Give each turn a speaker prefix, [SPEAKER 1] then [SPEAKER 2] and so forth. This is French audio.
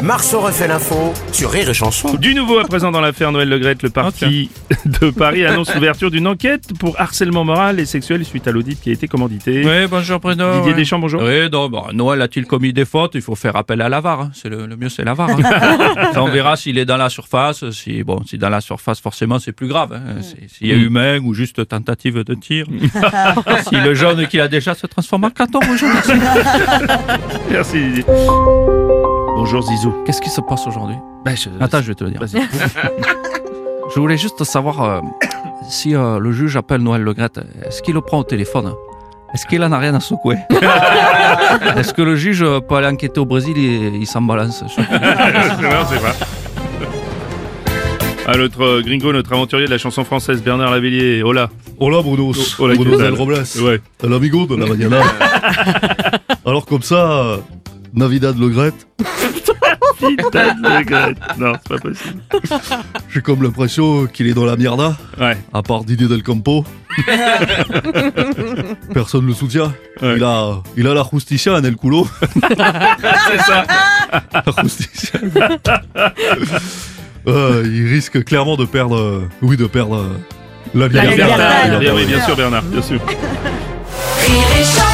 [SPEAKER 1] Marceau refait l'info sur Rire et Chanson.
[SPEAKER 2] Du nouveau à présent dans l'affaire Noël Legrette, le parti de Paris annonce l'ouverture d'une enquête pour harcèlement moral et sexuel suite à l'audit qui a été commandité.
[SPEAKER 3] Oui, bonjour Bruno.
[SPEAKER 2] Didier
[SPEAKER 3] Ouais.
[SPEAKER 2] Deschamps, bonjour.
[SPEAKER 3] Oui, non, bon, Noël a-t-il commis des fautes Il faut faire appel à l'avare. hein. C'est le, le mieux, c'est l'avare. hein. Ça, on verra s'il est dans la surface. Si bon, si dans la surface, forcément, c'est plus grave. hein. C'est- S'il y a humain ou juste tentative de tir. si le jaune qu'il a déjà se transforme en carton rouge.
[SPEAKER 2] Merci Didier. Bonjour Zizou.
[SPEAKER 3] Qu'est-ce qui se passe aujourd'hui
[SPEAKER 2] je...
[SPEAKER 3] Attends, je vais te le dire. je voulais juste savoir euh, si euh, le juge appelle Noël Le Graët, est-ce qu'il le prend au téléphone Est-ce qu'il en a rien à secouer Est-ce que le juge euh, peut aller enquêter au Brésil et il s'en balance Je-
[SPEAKER 2] c'est pas. Ah, notre euh, gringo, notre aventurier de la chanson française, Bernard Lavillier. Hola.
[SPEAKER 4] Hola Bruno,
[SPEAKER 2] Oh, hola,
[SPEAKER 4] Bruno
[SPEAKER 2] ¿qué tal?
[SPEAKER 4] del Robles,
[SPEAKER 2] Ouais.
[SPEAKER 4] el amigo de la mañana. Alors comme ça, Navidad Le Grette,
[SPEAKER 2] Putain de Legrette. Non, c'est pas possible.
[SPEAKER 4] j'ai comme l'impression qu'il est dans la mierda,
[SPEAKER 2] Ouais.
[SPEAKER 4] à part Didier Del Campo. Personne le soutient.
[SPEAKER 2] Ouais.
[SPEAKER 4] Il, a, il a la justicia en el culo.
[SPEAKER 2] C'est ça.
[SPEAKER 4] La justicia. Euh, il risque clairement de perdre, euh, oui, de perdre euh, la liberté.
[SPEAKER 2] Bernard.
[SPEAKER 5] Bernard.
[SPEAKER 2] Oui, bien sûr Bernard, bien sûr.
[SPEAKER 5] Rire et chanson